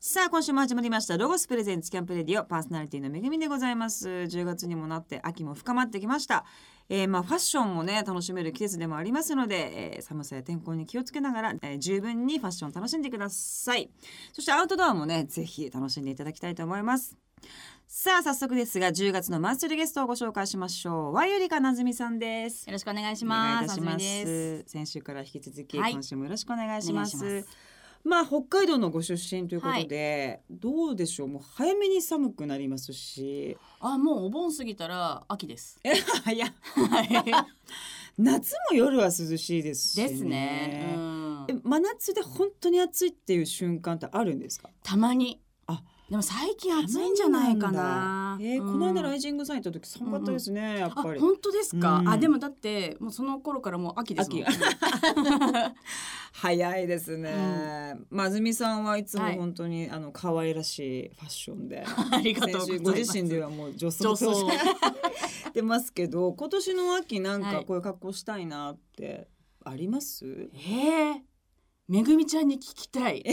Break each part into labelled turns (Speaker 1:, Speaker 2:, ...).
Speaker 1: さあ今週も始まりましたロゴスプレゼンツキャンプレディオパーソナリティのめぐみでございます10月にもなって秋も深まってきました、えーまあファッションをね楽しめる季節でもありますので、えー寒さや天候に気をつけながら、えー十分にファッションを楽しんでくださいそしてアウトドアもねぜひ楽しんでいただきたいと思いますさあ早速ですが10月のマンスリーゲストをご紹介しましょうワイユリカなずみさんです
Speaker 2: よろしくお願いし
Speaker 1: お願い
Speaker 2: ま
Speaker 1: い
Speaker 2: す。
Speaker 1: たし
Speaker 2: あ
Speaker 1: ま
Speaker 2: ずみです
Speaker 1: 先週から引き続き、
Speaker 2: はい
Speaker 1: 今週もよろしくお願いします
Speaker 2: お願いし
Speaker 1: まあ北海道のご出身ということで、どうでしょうもう早めに寒くなります し
Speaker 2: あ、もうお盆過ぎたら秋です。
Speaker 1: いや
Speaker 2: は
Speaker 1: 夏も夜は涼しいですし
Speaker 2: い。
Speaker 1: ね
Speaker 2: ですね。うん
Speaker 1: え真夏で本当に暑いっていう瞬間ってあるんですか
Speaker 2: たまに。
Speaker 1: あ、
Speaker 2: でも最近暑いんじゃないか
Speaker 1: え
Speaker 2: な。
Speaker 1: ー
Speaker 2: うん
Speaker 1: この間ライジングさん行った時寒かったですね、やっ
Speaker 2: あ、
Speaker 1: ぱり
Speaker 2: 本当ですか
Speaker 1: う。ん
Speaker 2: あ、でもだってもうその頃からもう秋ですもん。
Speaker 1: 秋早いですね、まずみさんはいつも
Speaker 2: はい
Speaker 1: 本当に、あの可愛らしいファッションで
Speaker 2: ありがとうご
Speaker 1: 先週
Speaker 2: ざいま
Speaker 1: ご
Speaker 2: す。
Speaker 1: 自身ではもう女装
Speaker 2: 女
Speaker 1: とし
Speaker 2: 装
Speaker 1: てやってますけど今年の秋なん
Speaker 2: は
Speaker 1: か
Speaker 2: い
Speaker 1: こういう格好したいなってあります、
Speaker 2: えーめぐみちゃんに聞きたい い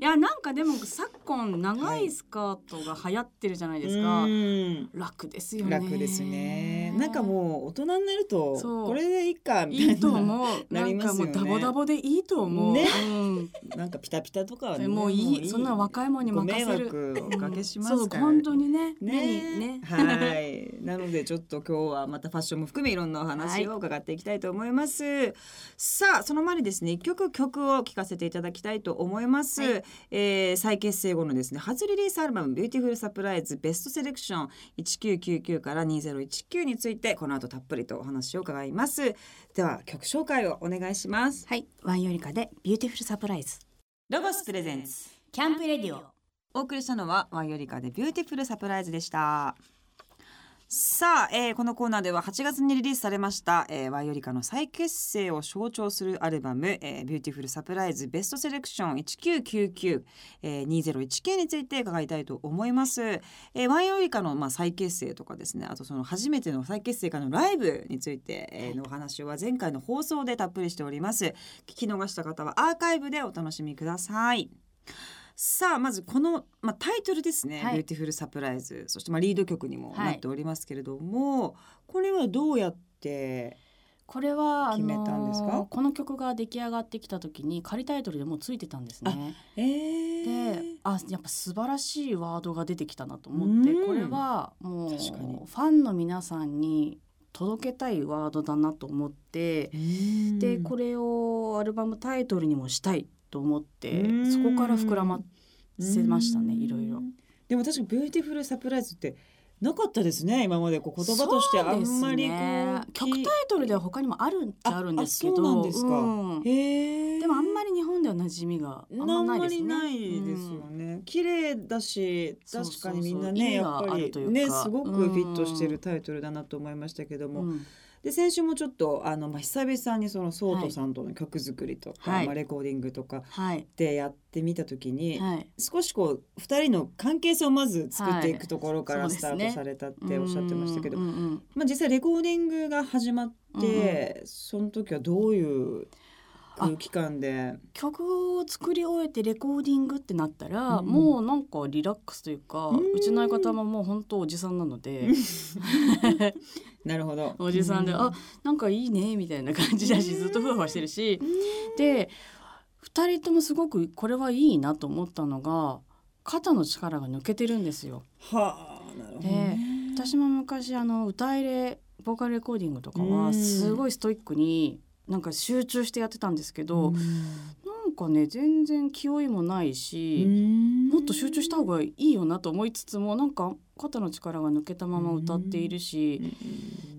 Speaker 2: やなんかでも昨今長いスカートが流行ってるじゃないですか、
Speaker 1: うん
Speaker 2: 楽ですよね
Speaker 1: 楽ですねなんかもう大人になると
Speaker 2: そう
Speaker 1: これでいいかみたいない
Speaker 2: いと思う。
Speaker 1: な
Speaker 2: な
Speaker 1: り
Speaker 2: ん
Speaker 1: ま
Speaker 2: か
Speaker 1: す
Speaker 2: も
Speaker 1: よ
Speaker 2: う
Speaker 1: ね
Speaker 2: ダボダボでいいと思う。
Speaker 1: ね
Speaker 2: う ん
Speaker 1: なんかピタピタとかは、ね、
Speaker 2: もういい。そんな若いもんに
Speaker 1: ご
Speaker 2: 任
Speaker 1: 迷
Speaker 2: せる。
Speaker 1: 惑おかけしま
Speaker 2: そ
Speaker 1: す
Speaker 2: う
Speaker 1: から、
Speaker 2: 本当にね。目に
Speaker 1: ね
Speaker 2: ね。
Speaker 1: はい。なのでちょっと今日はまたファッションも含めいろんなお話を伺っていきたいと思います。さあその前にですね一曲曲を聴かせていただきたいと思います。
Speaker 2: はい
Speaker 1: えー再結成後のですね初リリースアルバム「ビューティフルサプライズベストセレクション1999から2019」についてこの後たっぷりとお話を伺います。では曲紹介をお願いします。
Speaker 2: はい。ワンよりかでビューティフルサプライズ。
Speaker 1: ロゴスプレゼンツ
Speaker 2: キャンプレディオ。
Speaker 1: お送りしたのはワイオリカでビューティフルサプライズでしたさあ、えーこのコーナーでは8月にリリースされました、えーワイオリカの再結成を象徴するアルバム「えービューティフルサプライズベストセレクション1999」えー2019について伺いたいと思います、えーワイオリカの、まあ、再結成とかですねあとその初めての再結成からのライブについて、えーのお話は前回の放送でたっぷりしております聞き逃した方はアーカイブでお楽しみくださいさあまずこの、まあ、タイトルですね「
Speaker 2: はい
Speaker 1: ビューティフルサプライズ」そして、まあ、リード曲にも
Speaker 2: はい
Speaker 1: なっておりますけれども、これはどうやって
Speaker 2: これはあ
Speaker 1: 決めたんですか
Speaker 2: のーこの曲が出来上がってきた時に仮タイトルでもうついてたんですね。
Speaker 1: えー
Speaker 2: で、あやっぱ素晴らしいワードが出てきたなと思って、
Speaker 1: うん
Speaker 2: これはもうフ
Speaker 1: 確かに
Speaker 2: ァンの皆さんに届けたいワードだなと思って。でこれをアルバムタイトルにもしたいと思って
Speaker 1: うん
Speaker 2: そこから膨らませましたねいろいろ。
Speaker 1: でも確かに「ビューティフルサプライズ」ってなかったですね今までこう言葉としてあんまりこう
Speaker 2: そうですね曲タイトルでは他にもあるっちゃあるんですけ
Speaker 1: あ
Speaker 2: ど
Speaker 1: あそうなんですか
Speaker 2: うんで
Speaker 1: へー
Speaker 2: もあんまり日本では馴染みがあんまないですね。
Speaker 1: あんまりないですよね、綺麗だし
Speaker 2: そうそ
Speaker 1: 確
Speaker 2: うそ
Speaker 1: か
Speaker 2: う
Speaker 1: にみんなね
Speaker 2: 意味
Speaker 1: や
Speaker 2: が
Speaker 1: っぱ
Speaker 2: あるとい
Speaker 1: り
Speaker 2: うか
Speaker 1: ねすごくフィットして
Speaker 2: う
Speaker 1: る
Speaker 2: ん
Speaker 1: タイトルだなと思いましたけど
Speaker 2: うん
Speaker 1: も、
Speaker 2: うん
Speaker 1: で先週もちょっとあの、まあ、久々にそのソー
Speaker 2: は
Speaker 1: ト
Speaker 2: い
Speaker 1: さんとの曲作りとか、
Speaker 2: はい
Speaker 1: まあ、レコーディングとか
Speaker 2: はい
Speaker 1: でやってみた時に、
Speaker 2: はい
Speaker 1: 少しこう2人の関係性をまず作ってい
Speaker 2: は
Speaker 1: く
Speaker 2: い
Speaker 1: ところから
Speaker 2: そう
Speaker 1: ス
Speaker 2: で
Speaker 1: タ
Speaker 2: すね
Speaker 1: ートされたっておっしゃってましたけど、
Speaker 2: うんうんうん
Speaker 1: まあ、実際レコーディングが始まって、その時はどういう空気感で
Speaker 2: 曲を作り終えてレコーディングってなったら、
Speaker 1: うん
Speaker 2: もうなんかリラックスというか、
Speaker 1: う
Speaker 2: うんちの相方ももう本当おじさんなので、
Speaker 1: なるほど
Speaker 2: おじさんで、
Speaker 1: う
Speaker 2: あなんかいいねみたいな感じだしずっとふわふわしてるし、で2人ともすごくこれはいいなと思ったのが肩の力が抜けてるんですよ。
Speaker 1: はあなるほど、
Speaker 2: で
Speaker 1: ね、
Speaker 2: 私も昔あの歌入れボーカルレコーディングとか
Speaker 1: う
Speaker 2: は
Speaker 1: ん
Speaker 2: すごいストイックになんか集中してやってたんですけど、
Speaker 1: う
Speaker 2: なんかね全然気負いもないし、
Speaker 1: ん
Speaker 2: もっと集中した方がいいよなと思いつつもなんか肩の力が抜けたまま歌っているし。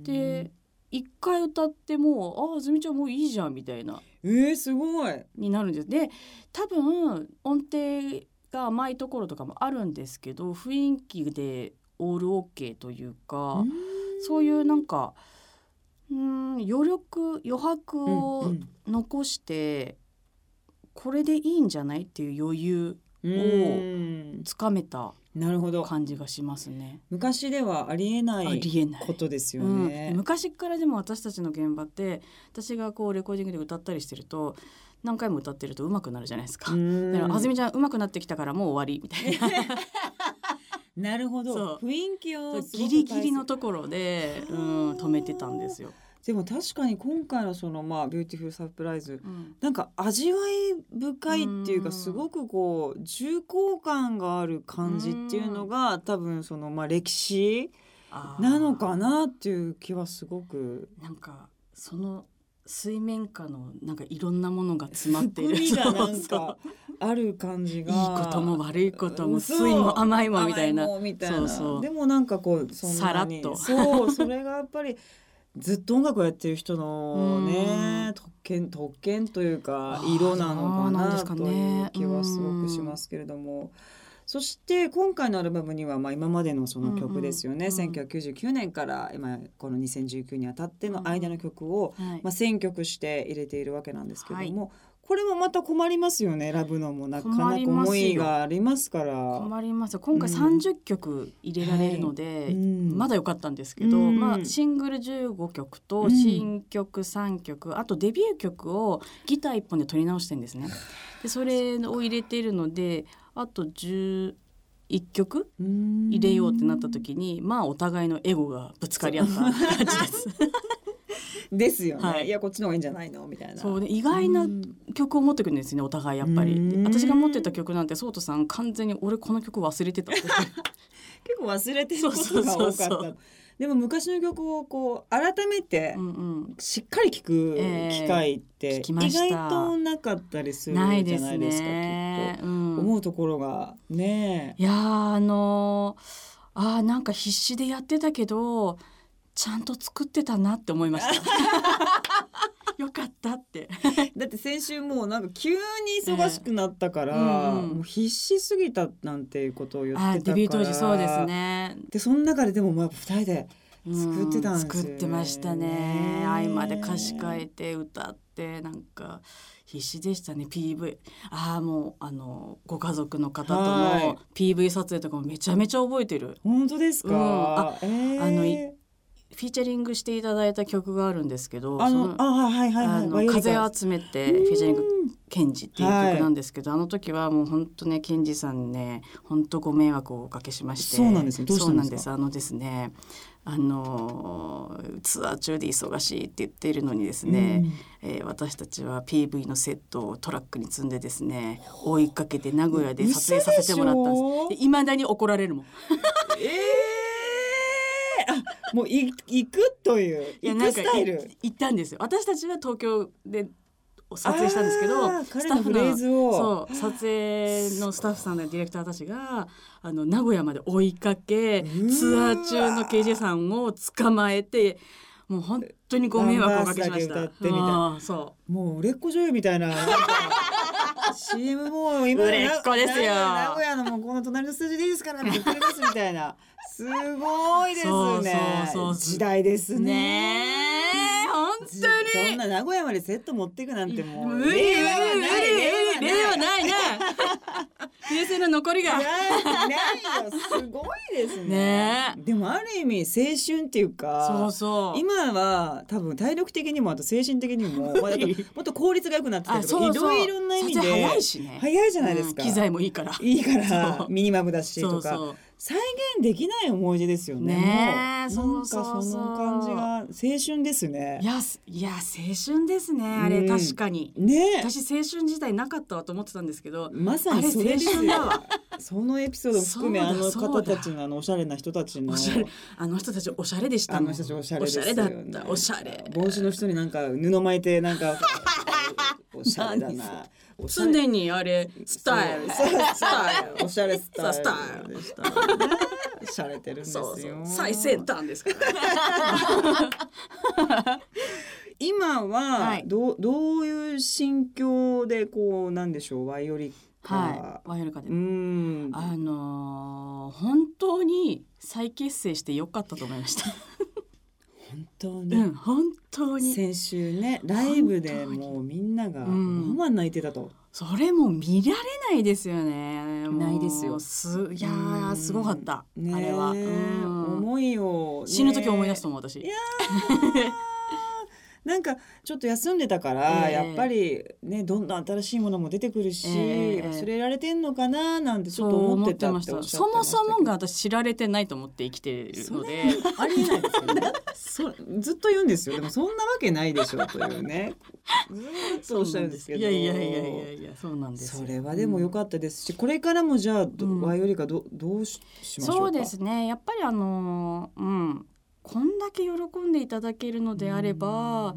Speaker 2: で一回歌ってもう「ああずみちゃんもういいじゃん」みたいな
Speaker 1: えー、すごい
Speaker 2: になるんです。で多分音程が甘いところとかもあるんですけど雰囲気でオールオッケーというか、そういうなんかうーん余力余白を残して、これでいいんじゃないっていう余裕
Speaker 1: うんうん
Speaker 2: つかめた
Speaker 1: なるほど
Speaker 2: 感じがしますね。
Speaker 1: 昔ではありえな
Speaker 2: あ
Speaker 1: い
Speaker 2: りえない
Speaker 1: ことですよ
Speaker 2: うん、
Speaker 1: ね、
Speaker 2: 昔からでも私たちの現場って私がこうレコーディングで歌ったりしてると何回も歌ってると上手くなるじゃないですか。だからあず
Speaker 1: な
Speaker 2: みちゃん上手くなってきたからもう終わりみたいな
Speaker 1: なるほど
Speaker 2: そ
Speaker 1: 雰囲気をすご
Speaker 2: ギ
Speaker 1: く
Speaker 2: リギリの
Speaker 1: 大切
Speaker 2: ところで、
Speaker 1: あ
Speaker 2: う
Speaker 1: ー
Speaker 2: ん、止めてたんですよ。
Speaker 1: でも確かに今回のそのまあビューティフルサプライズ
Speaker 2: うん
Speaker 1: なんか味わい深いっていう
Speaker 2: う
Speaker 1: か
Speaker 2: ん
Speaker 1: すごくこう重厚感がある感じっていうのが多分そのまあ歴史
Speaker 2: あー
Speaker 1: なのかなっていう気はすごく
Speaker 2: なんかその水面下のなんかいろんなものが詰まってい
Speaker 1: 含
Speaker 2: る
Speaker 1: みがなん
Speaker 2: そうそ
Speaker 1: かある感じ
Speaker 2: う
Speaker 1: が
Speaker 2: いいことも悪いことも
Speaker 1: そう
Speaker 2: 酸いも甘いもみたいな
Speaker 1: 甘もみたいな
Speaker 2: そうそう
Speaker 1: でもなんかこうそんなに
Speaker 2: さらっと
Speaker 1: そうそれがやっぱりずっと音楽をやってる人のね特権特権というか
Speaker 2: あー
Speaker 1: 色なのか
Speaker 2: そうなん
Speaker 1: な
Speaker 2: ですか
Speaker 1: と
Speaker 2: ね
Speaker 1: いう気はすごくしますけれども。そして今回のアルバムにはまあ今までのその曲ですよね、
Speaker 2: うんうんうん
Speaker 1: 1999年から今この2019にあたっての間の曲を
Speaker 2: はい
Speaker 1: まあ選曲して入れているわけなんですけども、これもまた困りますよねラブのもなかなか
Speaker 2: 困りますよ
Speaker 1: 思いがありますから。
Speaker 2: 困りますよ今回
Speaker 1: うん
Speaker 2: 30曲入れられるので、
Speaker 1: うん
Speaker 2: まだ良かったんですけど、
Speaker 1: うん
Speaker 2: まあ、シングル15曲
Speaker 1: う
Speaker 2: と
Speaker 1: ん
Speaker 2: 新曲3曲、あとデビュー曲をギター1本で取り直してんですね。でそれを入れているのであと11曲
Speaker 1: 入
Speaker 2: 入れようってなった時にまあお互いのエゴがぶつかり 合った感じです。
Speaker 1: ですよね、
Speaker 2: はい
Speaker 1: い、やこっちの方がいいんじゃないのみたいな
Speaker 2: そう
Speaker 1: う
Speaker 2: で意外な
Speaker 1: うん
Speaker 2: 曲を持ってくるんですねお互いやっぱり
Speaker 1: う。ん
Speaker 2: 私が持ってた曲なんてソートさん完全に俺この曲忘れてたって。
Speaker 1: 結構忘れてることが多かった
Speaker 2: そうそうそうそう
Speaker 1: でも昔の曲をこう改めて
Speaker 2: うんうん。
Speaker 1: しっかり聴く
Speaker 2: ええ
Speaker 1: 機会って
Speaker 2: 聞
Speaker 1: 意
Speaker 2: きまし
Speaker 1: 外
Speaker 2: た
Speaker 1: となかったりするじゃ
Speaker 2: な
Speaker 1: ない
Speaker 2: い
Speaker 1: で
Speaker 2: です
Speaker 1: か
Speaker 2: すね。う
Speaker 1: きっ
Speaker 2: ん
Speaker 1: と思うところがね
Speaker 2: いやーあのーあーなんか必死でやってたけどちゃんと作ってたなって思い ました。よかったって。
Speaker 1: だって先週もうなんか急に忙しくなったから、
Speaker 2: ええうんうん
Speaker 1: もう必死すぎたなんていうことを言ってたから
Speaker 2: あーデビュー当時そうですね。
Speaker 1: でその中ででもまあ二人で
Speaker 2: うん
Speaker 1: 作ってたんですよね
Speaker 2: 作ってましたね。合間で歌詞書いて歌ってなんか必死でしたね PV。ああもうあのご家族の方と
Speaker 1: は
Speaker 2: の
Speaker 1: い
Speaker 2: PV 撮影とかもめちゃめちゃ覚えてる。
Speaker 1: 本当ですか、
Speaker 2: うんあ
Speaker 1: ええ
Speaker 2: あのいフィーチャリングしていただいた曲があるんですけど、
Speaker 1: あ
Speaker 2: そ
Speaker 1: の、あ、はいはいはい
Speaker 2: あの
Speaker 1: はい。
Speaker 2: 風を
Speaker 1: つ
Speaker 2: 集めてフィーチャリングケンジっていう
Speaker 1: はい
Speaker 2: 曲なんですけど、あの時はもう本当ねケンジさんね本当ご迷惑をおかけしまして
Speaker 1: そうなんですねどうしたんですか
Speaker 2: そうなんですあのですねあのーツアー中で忙しいって言っているのにですね、えー私たちは PV のセットをトラックに積んでですね追いかけて名古屋で撮影させてもらったんです
Speaker 1: ん
Speaker 2: いまだに怒られるもん
Speaker 1: ええー、あもうい行くという
Speaker 2: いや
Speaker 1: 行
Speaker 2: な
Speaker 1: く
Speaker 2: ん
Speaker 1: ス
Speaker 2: か
Speaker 1: タイ
Speaker 2: い
Speaker 1: ル。
Speaker 2: 行ったんですよ私たちは東京で撮影したんですけど
Speaker 1: あー彼のフレーズを。
Speaker 2: そう撮影のスタッフさんやディレクターたちがあの名古屋まで追いかけ
Speaker 1: うーわ
Speaker 2: ツアー中の KJ さんを捕まえてもう本当にご迷惑をおかけしました。
Speaker 1: ナンバースだけ歌ってみたいな
Speaker 2: うんそ
Speaker 1: もう売れっ子女優みたいな。なんか CM も今の
Speaker 2: 売れっ子ですよ
Speaker 1: 名古屋のもうこの隣のスタジオでいいですからって言ってますみたいな。すごいですね。
Speaker 2: そうそうそう
Speaker 1: 時代です
Speaker 2: う
Speaker 1: ね。
Speaker 2: ねえ本当
Speaker 1: じそんな名古屋までセット持っていくなんてもう。
Speaker 2: 無理無理無
Speaker 1: 令
Speaker 2: 理
Speaker 1: 和はない
Speaker 2: 無理令 和ないな平成の残りが
Speaker 1: いやないよすごいですね
Speaker 2: ね
Speaker 1: でもある意味青春っていうか
Speaker 2: そうそう
Speaker 1: 今は多分体力的にもあと精神的にも、まあ、あともっと効率が良くなってた
Speaker 2: あ
Speaker 1: りとか
Speaker 2: そう
Speaker 1: い
Speaker 2: そう
Speaker 1: ろいろな意味で
Speaker 2: 撮影早いしね
Speaker 1: 早いじゃないですか、
Speaker 2: うん機材もいいから
Speaker 1: いいから
Speaker 2: そう
Speaker 1: ミニマムだしとか
Speaker 2: そうそう
Speaker 1: 再現できない思い出ですよね
Speaker 2: ねえ
Speaker 1: もうなんか
Speaker 2: そうそうそう
Speaker 1: その感じが青春ですね
Speaker 2: いやすいや青春ですねあ
Speaker 1: うん
Speaker 2: れ確かに、
Speaker 1: ねえ
Speaker 2: 私青春時代なかったわと思ってたんですけど
Speaker 1: まさにそれです
Speaker 2: あ
Speaker 1: よ
Speaker 2: れ青春だわ
Speaker 1: そのエピソードを含めあ
Speaker 2: そうだ
Speaker 1: の
Speaker 2: そう
Speaker 1: 方
Speaker 2: だ
Speaker 1: たちのあのおしゃれな人たちの
Speaker 2: おしゃれあの人たちおしゃれでした
Speaker 1: あ
Speaker 2: もん
Speaker 1: の人たちおしゃれですよ、ね、
Speaker 2: おしゃれだったおしゃれ
Speaker 1: 帽子の人になんか布巻いてなん かおしゃれだなおしゃれ
Speaker 2: 常にあれスタイル
Speaker 1: そう
Speaker 2: スタイ
Speaker 1: おしゃれスタイル
Speaker 2: そうスタイル
Speaker 1: でしたよねしゃれてるんで
Speaker 2: ル
Speaker 1: すよ
Speaker 2: そうそう最先端ですから
Speaker 1: 今
Speaker 2: は
Speaker 1: はいどうどういう心境でこうなんでしょうワイオリか、
Speaker 2: はいワイルカで
Speaker 1: うーん
Speaker 2: あのー本当に再結成してよかったと思いました
Speaker 1: 本当
Speaker 2: う
Speaker 1: に、
Speaker 2: ん本当に
Speaker 1: 先週ねライブで
Speaker 2: 本当に
Speaker 1: もうみんなが
Speaker 2: うん
Speaker 1: ママ泣いてたと、
Speaker 2: それも見られないですよねもう
Speaker 1: ないですよ
Speaker 2: すいやーすごかった
Speaker 1: ねえ
Speaker 2: あれはうん
Speaker 1: 思いをね、
Speaker 2: 死ぬ時思い出すと思う私
Speaker 1: いやなんかちょっと休んでたから、
Speaker 2: ええ
Speaker 1: やっぱりねどんどん新しいものも出てくるし、
Speaker 2: ええ
Speaker 1: 忘れられてんのかななんてち
Speaker 2: そ
Speaker 1: ょっと
Speaker 2: う
Speaker 1: 思っ
Speaker 2: 思ってて
Speaker 1: た
Speaker 2: ま
Speaker 1: っ
Speaker 2: して
Speaker 1: お
Speaker 2: た
Speaker 1: っしゃって
Speaker 2: そも
Speaker 1: ました
Speaker 2: そ
Speaker 1: けど
Speaker 2: もが私知られてないと思って生きてるのでありえないです よね
Speaker 1: そずっと言うんですよでもそんなわけないでしょというねずーっとおっしゃるんですけど
Speaker 2: いやいやいやいやいやそうなんですよ
Speaker 1: それはでも良かったですし、これからもじゃあど
Speaker 2: うん
Speaker 1: ワイオリカどどうししましょうか
Speaker 2: そうですねやっぱりあのーうんこんだけ喜んでいただけるのであれば、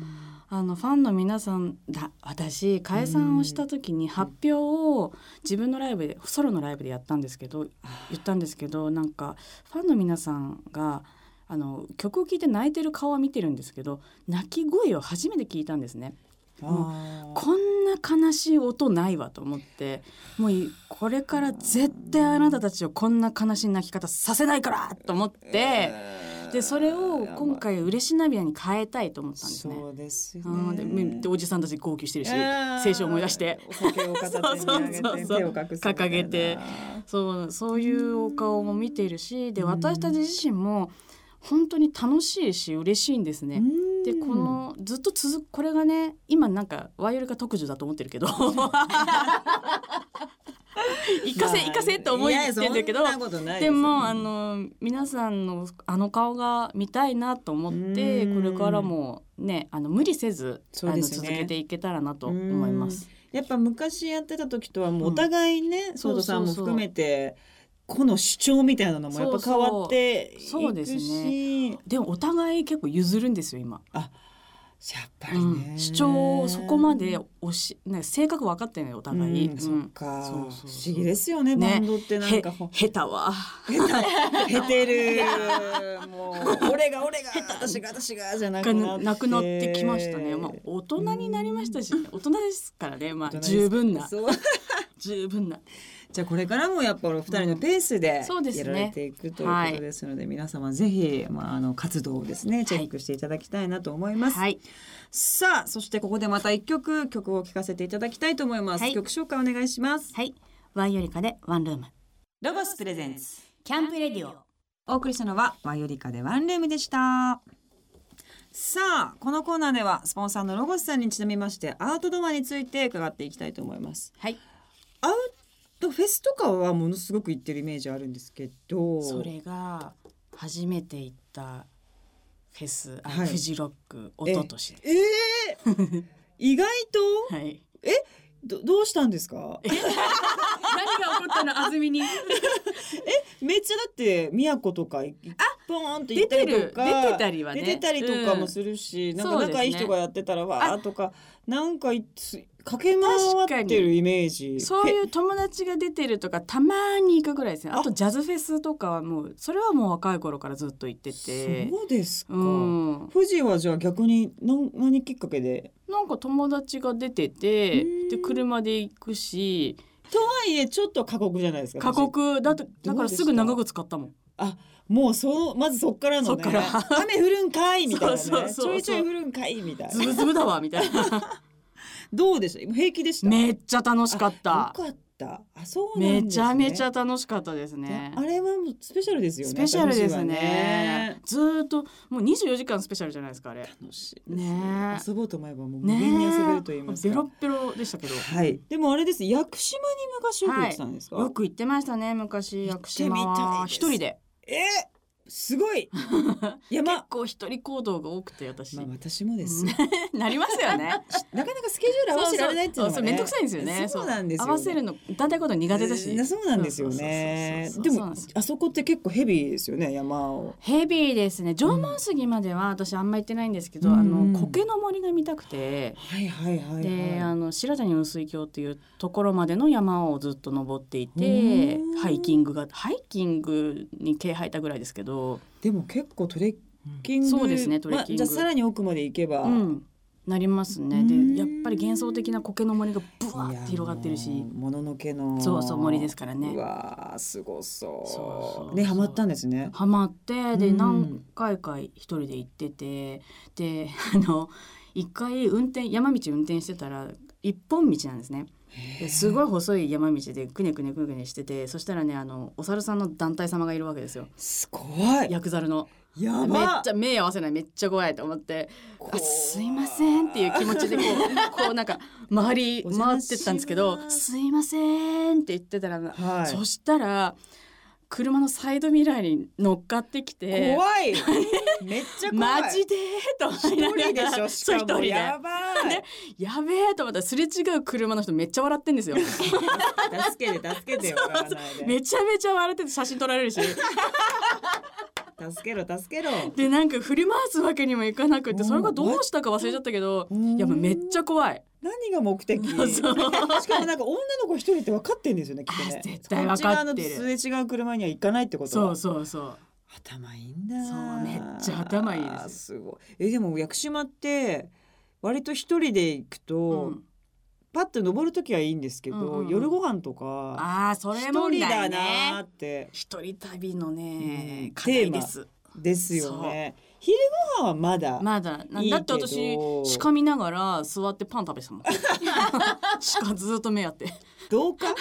Speaker 2: あのファンの皆さんだ私解散をした時に発表を自分のライブでソロのライブでやったんですけど言ったんですけどなんかファンの皆さんがあの曲を聴いて泣いてる顔は見てるんですけど泣き声を初めて聞いたんですね。
Speaker 1: うんあー
Speaker 2: こんな悲しい音ないわと思ってもういこれから絶対あなたたちをこんな悲しい泣き方させないからと思って
Speaker 1: えー
Speaker 2: でそれを今
Speaker 1: やばい
Speaker 2: 回嬉し涙に変えたいと思ったんですね。
Speaker 1: そうですね
Speaker 2: うんでめでおじさんたち号泣してるし青春思い出して
Speaker 1: お酒を片手にあげ
Speaker 2: そうそう
Speaker 1: て
Speaker 2: そう
Speaker 1: 手を隠すみたいな
Speaker 2: 掲げてそうそういうお顔も見ているしで
Speaker 1: うん
Speaker 2: 私たち自身も本当に楽しいし嬉しいんですね。で
Speaker 1: うん
Speaker 2: このずっと続くこれがね今なんかワイオリが特需だと思って るけど行かせ行かせと思ってるんだけど
Speaker 1: いやそんなことないす
Speaker 2: でもあの皆さんのあの顔が見たいなと思って
Speaker 1: う
Speaker 2: こ
Speaker 1: ん
Speaker 2: れからもねあの無理せず、あ
Speaker 1: そう
Speaker 2: の
Speaker 1: ですね
Speaker 2: 続けていけたらなと思います。
Speaker 1: やっぱ昔やってた時とはもう
Speaker 2: う
Speaker 1: お
Speaker 2: ん
Speaker 1: 互いね、ソ
Speaker 2: そうそうそう
Speaker 1: ードさんも含めてこの主張みたいなのもやっぱ変わっていくし
Speaker 2: そうそうそうですねでもお互い結構譲るんですよ今、
Speaker 1: やっぱ
Speaker 2: う
Speaker 1: りね、
Speaker 2: ん、主張をそこまでおしなんか性格分かってないお
Speaker 1: うん
Speaker 2: 互い、うん
Speaker 1: そっか
Speaker 2: そうそうそ
Speaker 1: 不
Speaker 2: う
Speaker 1: 思議ですよね
Speaker 2: ね
Speaker 1: バンドってなん
Speaker 2: へ
Speaker 1: かほ
Speaker 2: 下手は
Speaker 1: へてる もう俺が 俺が私が私がじゃなくな
Speaker 2: が
Speaker 1: って
Speaker 2: なくなってきましたね、まあ、大人になりましたし大人ですからね、まあ、十分な
Speaker 1: そう
Speaker 2: 十分な
Speaker 1: じゃあこれからもやっぱりお二人のペースで
Speaker 2: そうです
Speaker 1: や
Speaker 2: ね
Speaker 1: られていくということですので、皆様ぜひ、まあ、あの活動をですねチェックしていただきたいなと思います、
Speaker 2: はい
Speaker 1: さあそしてここでまた一曲曲を聴かせていただきたいと思います、
Speaker 2: はい
Speaker 1: 曲紹介お願いします
Speaker 2: はいワイオリカでワンルーム
Speaker 1: ロゴスプレゼンス
Speaker 2: キャンプレディオ
Speaker 1: お送りしたのはワイオリカでワンルームでしたさあこのコーナーではスポンサーのロゴスさんにちなみましてアートドアについて伺っていきたいと思います
Speaker 2: はい
Speaker 1: アウトフェスとかはものすごく行ってるイメージあるんですけど
Speaker 2: それが初めて行ったフェス、あ
Speaker 1: はい
Speaker 2: フジロック一昨年
Speaker 1: ええ 意外と
Speaker 2: はい
Speaker 1: どどうしたんです か
Speaker 2: 何が起こったの安住に
Speaker 1: めっちゃだって宮古とかあポーンって行っ
Speaker 2: 出
Speaker 1: た
Speaker 2: て
Speaker 1: り
Speaker 2: る
Speaker 1: とか
Speaker 2: 出てたりはね
Speaker 1: 出てたりとかも
Speaker 2: る、
Speaker 1: するし、なん
Speaker 2: そう
Speaker 1: か
Speaker 2: ですね
Speaker 1: 仲いい人がやってたらわーとか、なんかいつ駆け回ってるイメージ
Speaker 2: うんそう
Speaker 1: う
Speaker 2: いう友達が出てるとかたまに行くぐらいですねあとジャズフェスとかはもうそれはもう若い頃からずっと行ってて
Speaker 1: そうですか、
Speaker 2: うん、
Speaker 1: 富士はじゃあ逆に何何きっかけで
Speaker 2: なんか友達が出てて
Speaker 1: うん
Speaker 2: で車で行くし
Speaker 1: とはいえちょっと過酷じゃないですか
Speaker 2: 過
Speaker 1: 富士
Speaker 2: 酷だとだからすぐ長靴買ったもん
Speaker 1: もうそうまずそっからの
Speaker 2: そっ
Speaker 1: ね
Speaker 2: から
Speaker 1: 雨降るんかいみたいなね
Speaker 2: そうそう
Speaker 1: ちょ
Speaker 2: そう
Speaker 1: いちょい降るんかいみたい
Speaker 2: ズ
Speaker 1: な
Speaker 2: ブズブだわみたい な
Speaker 1: どうでした平気でした
Speaker 2: めっちゃ楽しかっ
Speaker 1: あ
Speaker 2: た
Speaker 1: よかったあそうなんです、ね、
Speaker 2: めちゃめちゃ楽しかったですね
Speaker 1: あれはもうスペシャルですよね。
Speaker 2: スペシャルですね
Speaker 1: ね
Speaker 2: ずーっともう24時間スペシャルじゃないですかあれ
Speaker 1: 楽しいですよ
Speaker 2: ね
Speaker 1: 遊ぼうと思えばもう無
Speaker 2: ね
Speaker 1: 限に遊べると言います
Speaker 2: ベ
Speaker 1: か。
Speaker 2: ロッベロでしたけど
Speaker 1: はい。でもあれです。屋久島に昔よく行ってたんですか。
Speaker 2: よく行ってましたね昔
Speaker 1: 行っ
Speaker 2: 屋久
Speaker 1: てみたい
Speaker 2: 島は
Speaker 1: です
Speaker 2: 一人で
Speaker 1: えーすご い山。
Speaker 2: 結構一人行動が多くて私、
Speaker 1: まあ私もです。
Speaker 2: う
Speaker 1: なんか
Speaker 2: なりますよね
Speaker 1: なかスケジュール合わせられないっていうのが
Speaker 2: そうそうそう
Speaker 1: ね。
Speaker 2: めんどくさいんですよね
Speaker 1: そうなん ですよ。
Speaker 2: 合わせるのだんだんこと苦手だし
Speaker 1: なそうなんですよね
Speaker 2: そう。そ
Speaker 1: で
Speaker 2: うそうそうそうなん
Speaker 1: も
Speaker 2: ですよ
Speaker 1: あそこって結構ヘビーですよね山を。
Speaker 2: ヘビーですね縄文杉までは私あんま行ってないんですけど、
Speaker 1: うん
Speaker 2: あの苔の森が見たくて、
Speaker 1: はいはいはいはい。
Speaker 2: であの白谷雲水峡っていうところまでの山をずっと登っていて
Speaker 1: うん
Speaker 2: ハイキングがハイキングに毛生えたぐらいですけど、
Speaker 1: でも結構トレッキング、
Speaker 2: そうですねトレッキング
Speaker 1: まあ、じゃあさらに奥まで行けば、
Speaker 2: うん、なりますね
Speaker 1: うん
Speaker 2: でやっぱり幻想的な苔の森がブワーって広がってる
Speaker 1: いや
Speaker 2: し
Speaker 1: もうもののけの
Speaker 2: そうそう森ですからね
Speaker 1: うわーすごそう
Speaker 2: そうそう
Speaker 1: ねハマったんですね
Speaker 2: ハマって
Speaker 1: う
Speaker 2: で
Speaker 1: ん
Speaker 2: 何回か一人で行っててで あの一回運転山道運転してたら一本道なんですねですごい細い山道でくねくねくねくねしててそしたらねあのお猿さんの団体様がいるわけですよ
Speaker 1: すごい
Speaker 2: ヤクザルの
Speaker 1: や
Speaker 2: めっ
Speaker 1: ば
Speaker 2: ちゃ目合わせないめっちゃ怖いと思って
Speaker 1: こ
Speaker 2: あ
Speaker 1: う
Speaker 2: すいませんっていう気持ちでこうこうなんか回り
Speaker 1: お邪魔
Speaker 2: 回ってったんですけど
Speaker 1: しま
Speaker 2: 「
Speaker 1: す
Speaker 2: すいません」って言ってたら、
Speaker 1: はい
Speaker 2: そしたら車のサイドミラーに乗っかってきて
Speaker 1: 怖 いめっちゃ怖い
Speaker 2: マジでと思いな
Speaker 1: 一
Speaker 2: がら
Speaker 1: 人でしょし
Speaker 2: そう
Speaker 1: か
Speaker 2: 一人
Speaker 1: も
Speaker 2: で
Speaker 1: やばい
Speaker 2: やべえと思ったらすれ違う車の人めっちゃ笑ってんですよ
Speaker 1: 助けて助けてよ笑わないで
Speaker 2: めちゃめちゃ笑ってて写真撮られるし
Speaker 1: 助けろ助けろ
Speaker 2: でなんか振り回すわけにもいかなくって
Speaker 1: おー
Speaker 2: それがどうしたか忘れちゃったけど
Speaker 1: うん
Speaker 2: やっぱめっちゃ怖い
Speaker 1: 何が目的
Speaker 2: そう
Speaker 1: しかもなんか女の子一人って分かってんですよねきっとね
Speaker 2: あ絶対分かってる
Speaker 1: こっち側のすれ違う車には行かないってこと
Speaker 2: そ
Speaker 1: は
Speaker 2: うそうそう
Speaker 1: 頭いいんだ
Speaker 2: そうめっちゃ頭いいです
Speaker 1: すごいえでも屋久島って割と一人で行くと、
Speaker 2: うん
Speaker 1: パッと登る時はいいんですけど、
Speaker 2: うんうんうん
Speaker 1: 夜ご飯とか
Speaker 2: ああそ
Speaker 1: 一
Speaker 2: れ
Speaker 1: 人
Speaker 2: 問
Speaker 1: だ
Speaker 2: 題
Speaker 1: なーっ
Speaker 2: ね
Speaker 1: て
Speaker 2: 一人旅の
Speaker 1: う
Speaker 2: ね
Speaker 1: ん
Speaker 2: 課題です
Speaker 1: ですよね昼ご飯はまだ、
Speaker 2: まだない
Speaker 1: いけど
Speaker 2: だって私鹿見ながら座ってパン食べて たもん鹿ずっと目あって
Speaker 1: ど うか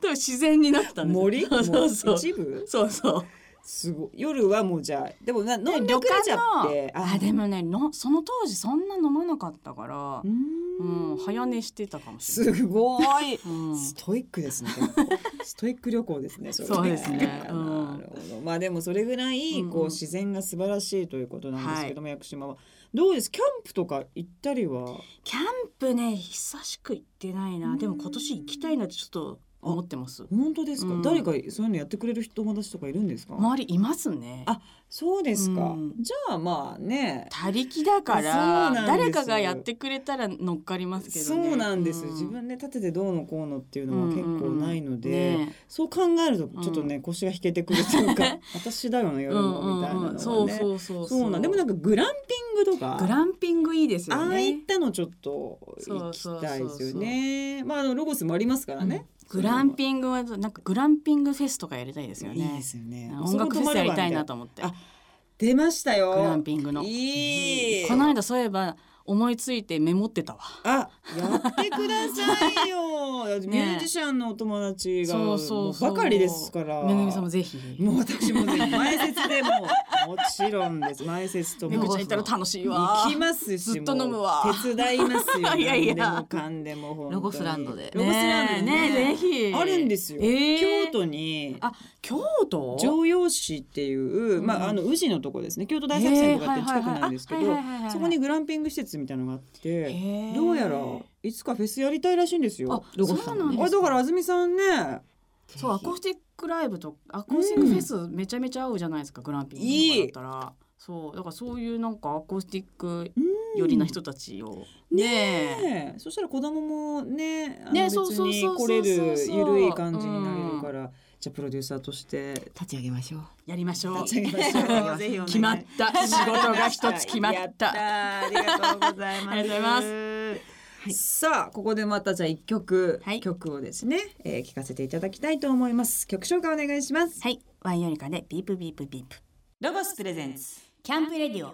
Speaker 2: でも自然になったんですよ
Speaker 1: 森
Speaker 2: そうそうそ
Speaker 1: もう
Speaker 2: う
Speaker 1: 一部
Speaker 2: そうそう
Speaker 1: すごい夜はもうじゃあでもな飲んで
Speaker 2: 旅
Speaker 1: くれ
Speaker 2: 館
Speaker 1: ちゃっ
Speaker 2: の
Speaker 1: て
Speaker 2: あでもねのその当時そんな飲まなかったから
Speaker 1: うー、ん
Speaker 2: うん、早寝してたかもしれない。
Speaker 1: すごい
Speaker 2: うん
Speaker 1: ストイックですね。 結構ストイック旅行ですね。れ
Speaker 2: そうですねうん
Speaker 1: なるほど。まあでもそれぐらい
Speaker 2: うんうん
Speaker 1: こう自然が素晴らしいということなんですけども、屋久島はどうです？キャンプとか行ったりは
Speaker 2: キャンプね久しく行ってないなでも今年行きたいなってちょっと思ってます
Speaker 1: 本当ですか？
Speaker 2: うん
Speaker 1: 誰かそういうのやってくれる友達とかいるんですか？
Speaker 2: 周りいますね
Speaker 1: あそうですか。
Speaker 2: うん
Speaker 1: じゃあまあね。
Speaker 2: 他力だか
Speaker 1: そうな
Speaker 2: ら
Speaker 1: んです
Speaker 2: 誰かがやってくれたら乗っかりますけど
Speaker 1: そ
Speaker 2: ね
Speaker 1: うなんです、
Speaker 2: う
Speaker 1: 自分で立ててどうのこうのっていうのは結構ないので、
Speaker 2: うんうんね
Speaker 1: そう考えるとちょっとね、腰が引けてくるという か私だよね夜
Speaker 2: うん
Speaker 1: もみ
Speaker 2: う
Speaker 1: たいなの
Speaker 2: ん
Speaker 1: は
Speaker 2: う
Speaker 1: ね
Speaker 2: んそうそうそう
Speaker 1: そうなんでもなんかグランピングとか
Speaker 2: グランピングいいですよ
Speaker 1: ああい
Speaker 2: ね
Speaker 1: ったのちょっと行きたいですよね。まああのロゴスもありますからね。
Speaker 2: グランピングはなんかグランピングフェスとかやりたいですよ
Speaker 1: いい
Speaker 2: ね
Speaker 1: ですよね。
Speaker 2: 音楽フェスやりたいなと思って
Speaker 1: あ出ましたよ。
Speaker 2: グランピングの
Speaker 1: いい。
Speaker 2: この間そういえば思いついてメモってたわ
Speaker 1: あやってくださいよ。 ミュージシャンのお友達が
Speaker 2: そうそうそう
Speaker 1: ばかりですから。
Speaker 2: めぐみさんもぜひ
Speaker 1: もう私もね前説でももちろん です前説と
Speaker 2: め
Speaker 1: も
Speaker 2: ぐちゃんいたら楽しいわ
Speaker 1: 行きますし
Speaker 2: ずっと飲むわ
Speaker 1: もう手伝いますよ
Speaker 2: いやいや
Speaker 1: 何でもかんでも本当に
Speaker 3: ロゴスランドで
Speaker 1: ロゴスランドで
Speaker 2: ねえねえぜひ
Speaker 1: あるんですよ、
Speaker 2: えー
Speaker 1: 京都に
Speaker 2: あ京都
Speaker 1: 城陽市っていう、
Speaker 2: うん
Speaker 1: まああの宇治のとこですね京都大作戦とかって
Speaker 2: えー
Speaker 1: 近
Speaker 2: はい
Speaker 1: く
Speaker 2: はいはい
Speaker 1: なんですけど
Speaker 2: あはいはいはいはい
Speaker 1: そこにグランピング施設みたいなのがあって
Speaker 2: へえ
Speaker 1: どうやらいつかフェスやりたいらしいんですよ
Speaker 2: あ
Speaker 1: あ
Speaker 3: ロゴスランド
Speaker 2: そうなんです
Speaker 1: だから安住さんね
Speaker 2: そうアコースティックライブとアコースティックフェスめちゃめちゃ合うじゃないですか、グランピングとかだったらそうだからそういうなんかアコースティック寄りな人たちを、ねえ
Speaker 1: ねえそしたら子供もねあの
Speaker 2: ね
Speaker 1: 別
Speaker 2: そうそう
Speaker 1: に
Speaker 2: そう
Speaker 1: 来れ
Speaker 2: そう
Speaker 1: る
Speaker 2: そうそう
Speaker 1: ゆるい感じになれるから、じゃあプロデューサーとして
Speaker 3: 立ち上げましょう。
Speaker 2: やりましょう
Speaker 1: 立 ち上げましょうぜひお願い
Speaker 2: 決まった仕事が一つ決まっ
Speaker 1: や
Speaker 2: た
Speaker 1: ありがとうございます。
Speaker 2: ありがとうございます
Speaker 1: はい さあここでまたじゃあ一曲、
Speaker 2: はい
Speaker 1: 曲をですね、えー、聞かせていただきたいと思います。曲紹介お願いします。
Speaker 2: はいワインよりかでビープビープビープ
Speaker 1: ロゴスプレゼンツ。
Speaker 2: キャンプレディオ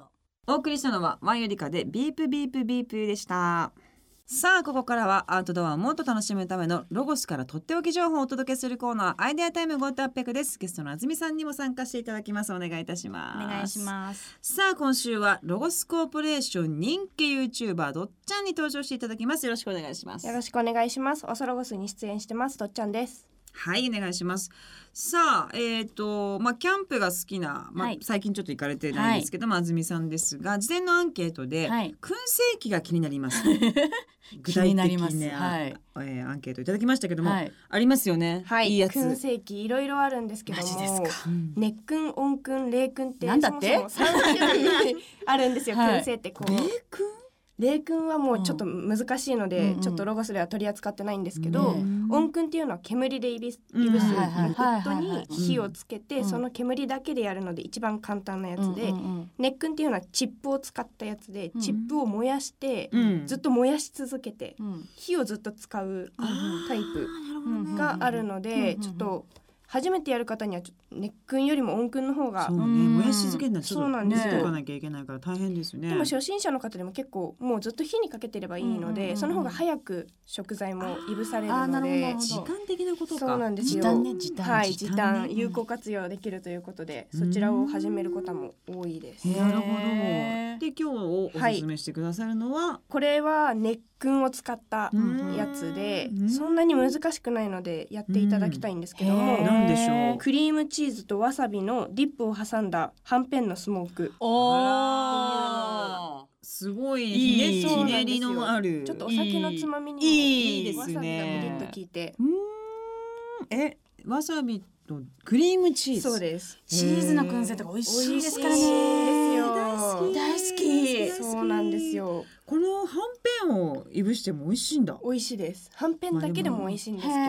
Speaker 1: お送りしたのはワンよりかでビープビープビープでした。さあここからはアウトドアをもっと楽しむためのロゴスからとっておき情報をお届けするコーナーアイデアタイム5800です。ゲストのあずみさんにも参加していただきます。お願いいたし
Speaker 2: お
Speaker 1: ます。
Speaker 2: 願いします
Speaker 1: さあ今週はロゴスコーポレーション人気 YouTuber どっちゃんに登場していただきますよろしくお願いします
Speaker 4: よろしくお願いします。オソロゴスに出演してます。とっちゃんです。
Speaker 1: はいお願いしますさあえっ、とまあキャンプが好きな、まあ
Speaker 2: はい
Speaker 1: 最近ちょっと行かれてないんですけど、まあ安住さんですが事前のアンケートで、
Speaker 2: はい
Speaker 1: 燻製器が気になり ます具
Speaker 2: 気に
Speaker 1: 体的
Speaker 2: な
Speaker 1: な
Speaker 2: りますはい
Speaker 1: えーアンケートいただきましたけども、
Speaker 2: はい
Speaker 1: ありますよね、い、いや
Speaker 4: 燻
Speaker 1: つ、
Speaker 4: 製器いろいろあるんですけども。
Speaker 2: マジです
Speaker 1: う
Speaker 2: か
Speaker 1: ん
Speaker 4: ねっくん、おんくん、れいくんって。
Speaker 2: なんだって
Speaker 4: そもそも三種類あるんです よ。
Speaker 2: はい
Speaker 4: 燻製ってこ
Speaker 1: ベー
Speaker 4: う。
Speaker 1: ク
Speaker 4: れいくんはもうちょっと難しいの
Speaker 2: うん
Speaker 4: で、
Speaker 2: うん
Speaker 4: ちょっとロゴスでは取り扱ってないんですけ
Speaker 2: う
Speaker 4: ど。
Speaker 1: ん
Speaker 4: おんくんっていうのは煙でいびす、
Speaker 1: うん
Speaker 4: いぶす
Speaker 1: はいはい
Speaker 2: はい
Speaker 4: ウッド
Speaker 2: はいはい
Speaker 4: に火をつけて、
Speaker 2: うん
Speaker 4: その煙だけでやるので一番簡単なやつで、
Speaker 2: うんうんうん
Speaker 4: ネックンっていうのはチップを使ったやつで、
Speaker 2: うん
Speaker 4: チップを燃やして、
Speaker 1: うん
Speaker 4: ずっと燃やし続けて、
Speaker 2: うん
Speaker 4: 火をずっと使うタイプ
Speaker 1: あーなるほどね
Speaker 4: があるので、
Speaker 2: うん
Speaker 4: ちょっと初めてやる方にはちょっとネックンよりも音くんの方が
Speaker 1: そうね、
Speaker 2: うん
Speaker 1: もやし漬けになっちょ
Speaker 4: そうな
Speaker 1: っと
Speaker 4: んです
Speaker 2: よ
Speaker 1: 見とかなきゃいけないから大変ですね。
Speaker 4: でも初心者の方でも結構もうずっと火にかけてればいいので、
Speaker 2: うんうんうん
Speaker 4: その方が早く食材もいぶされる
Speaker 1: あーな
Speaker 4: の
Speaker 1: るほどなる
Speaker 4: で
Speaker 1: ほど時間的なことか。
Speaker 4: そうなんです
Speaker 1: 時
Speaker 4: よ
Speaker 1: 短ね時短。
Speaker 4: はい時短
Speaker 1: ね
Speaker 4: 有効活用できるということでそちらを始める方も多いです
Speaker 1: へーなるほど
Speaker 2: へー
Speaker 1: で今日おおすすめしてくださるのは、
Speaker 4: これはネックンを使った
Speaker 1: うん
Speaker 4: やつで、
Speaker 1: うん
Speaker 4: そんなに難しくないのでやっていただきたいんですけど
Speaker 2: へ
Speaker 4: も、
Speaker 1: なんでしょう
Speaker 4: クリームチーズとわさびのディップを挟んだはんぺんのスモーク
Speaker 2: おお。
Speaker 1: すごい
Speaker 2: いい
Speaker 1: ひね
Speaker 2: そう
Speaker 1: ひ
Speaker 2: な
Speaker 1: ね
Speaker 2: んですよ
Speaker 1: りのある。
Speaker 4: ちょっとお酒のつまみにも
Speaker 1: いいいい
Speaker 4: わ
Speaker 1: です
Speaker 4: さびがピリ
Speaker 1: ね
Speaker 4: ッと効いて
Speaker 1: うーんえわさびとクリームチーズ。
Speaker 4: そうです
Speaker 2: チーズの燻製とか美味しいですからね。
Speaker 4: 美
Speaker 2: 味しいですよ
Speaker 1: 大好き
Speaker 4: そうなんです。よ
Speaker 1: このはんぺんをいぶしても美味しいんだ。
Speaker 4: 美味しいですはんぺんだけでも美味しいんですけど
Speaker 2: へ